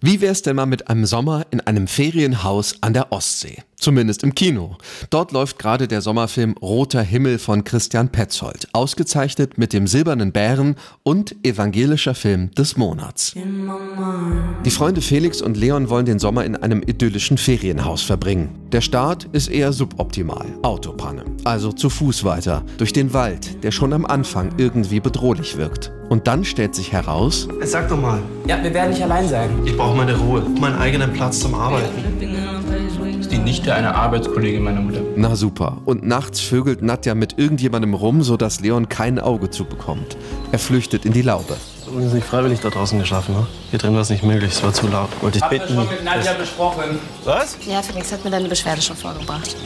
Wie wär's denn mal mit einem Sommer in einem Ferienhaus an der Ostsee? Zumindest im Kino. Dort läuft gerade der Sommerfilm Roter Himmel von Christian Petzold, ausgezeichnet mit dem Silbernen Bären und evangelischer Film des Monats. Die Freunde Felix und Leon wollen den Sommer in einem idyllischen Ferienhaus verbringen. Der Start ist eher suboptimal, Autopanne. Also zu Fuß weiter, durch den Wald, der schon am Anfang irgendwie bedrohlich wirkt. Und dann stellt sich heraus, Sag doch mal, Ja, wir werden nicht allein sein. ich brauche meine Ruhe, meinen eigenen Platz zum Arbeiten. die Nichte einer Arbeitskollegin meiner Mutter. na super. Und nachts vögelt Nadja mit irgendjemandem rum, sodass Leon kein Auge zubekommt. Er flüchtet in die Laube. Übrigens nicht freiwillig da draußen geschaffen, ne? Hier drin war es nicht möglich, es war zu laut. Wollte ich bitten. mit Nadja besprochen. Was? Ja, Felix hat mir deine Beschwerde schon vorgebracht.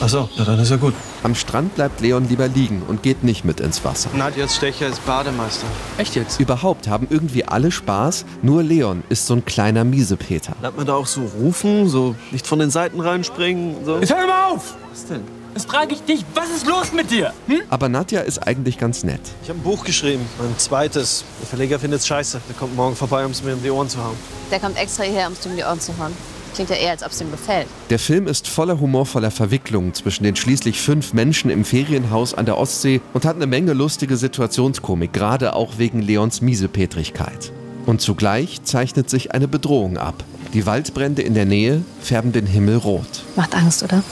Achso, ja, dann ist ja gut. Am Strand bleibt Leon lieber liegen und geht nicht mit ins Wasser. Nadjas Stecher ist Bademeister. Echt jetzt? Überhaupt haben irgendwie alle Spaß, nur Leon ist so ein kleiner Miesepeter. Darf man da auch so rufen, so nicht von den Seiten reinspringen? So? Hör mal auf! Was denn? Das frage ich dich. Was ist los mit dir? Aber Nadja ist eigentlich ganz nett. Ich habe ein Buch geschrieben, mein zweites. Der Verleger findet es scheiße. Der kommt morgen vorbei, um es mir um die Ohren zu hauen. Der kommt extra hierher, um es dir um die Ohren zu hauen. Klingt ja eher, als ob es ihm gefällt. Der Film ist voller humorvoller Verwicklungen zwischen den schließlich fünf Menschen im Ferienhaus an der Ostsee und hat eine Menge lustige Situationskomik, gerade auch wegen Leons Miesepetrigkeit. Und zugleich zeichnet sich eine Bedrohung ab. Die Waldbrände in der Nähe färben den Himmel rot. Macht Angst, oder?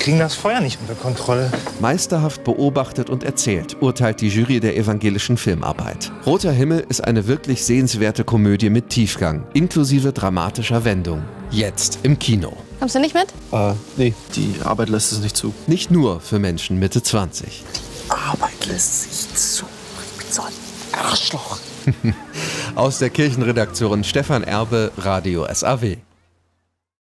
kriegen das Feuer nicht unter Kontrolle. Meisterhaft beobachtet und erzählt, urteilt die Jury der evangelischen Filmarbeit. Roter Himmel ist eine wirklich sehenswerte Komödie mit Tiefgang, inklusive dramatischer Wendung. Jetzt im Kino. Kommst du nicht mit? Äh, nee. Die Arbeit lässt es nicht zu. Nicht nur für Menschen Mitte 20. Arbeit lässt sich zu. Ich bin so ein Arschloch. Aus der Kirchenredaktion Stefan Erbe, Radio SAW.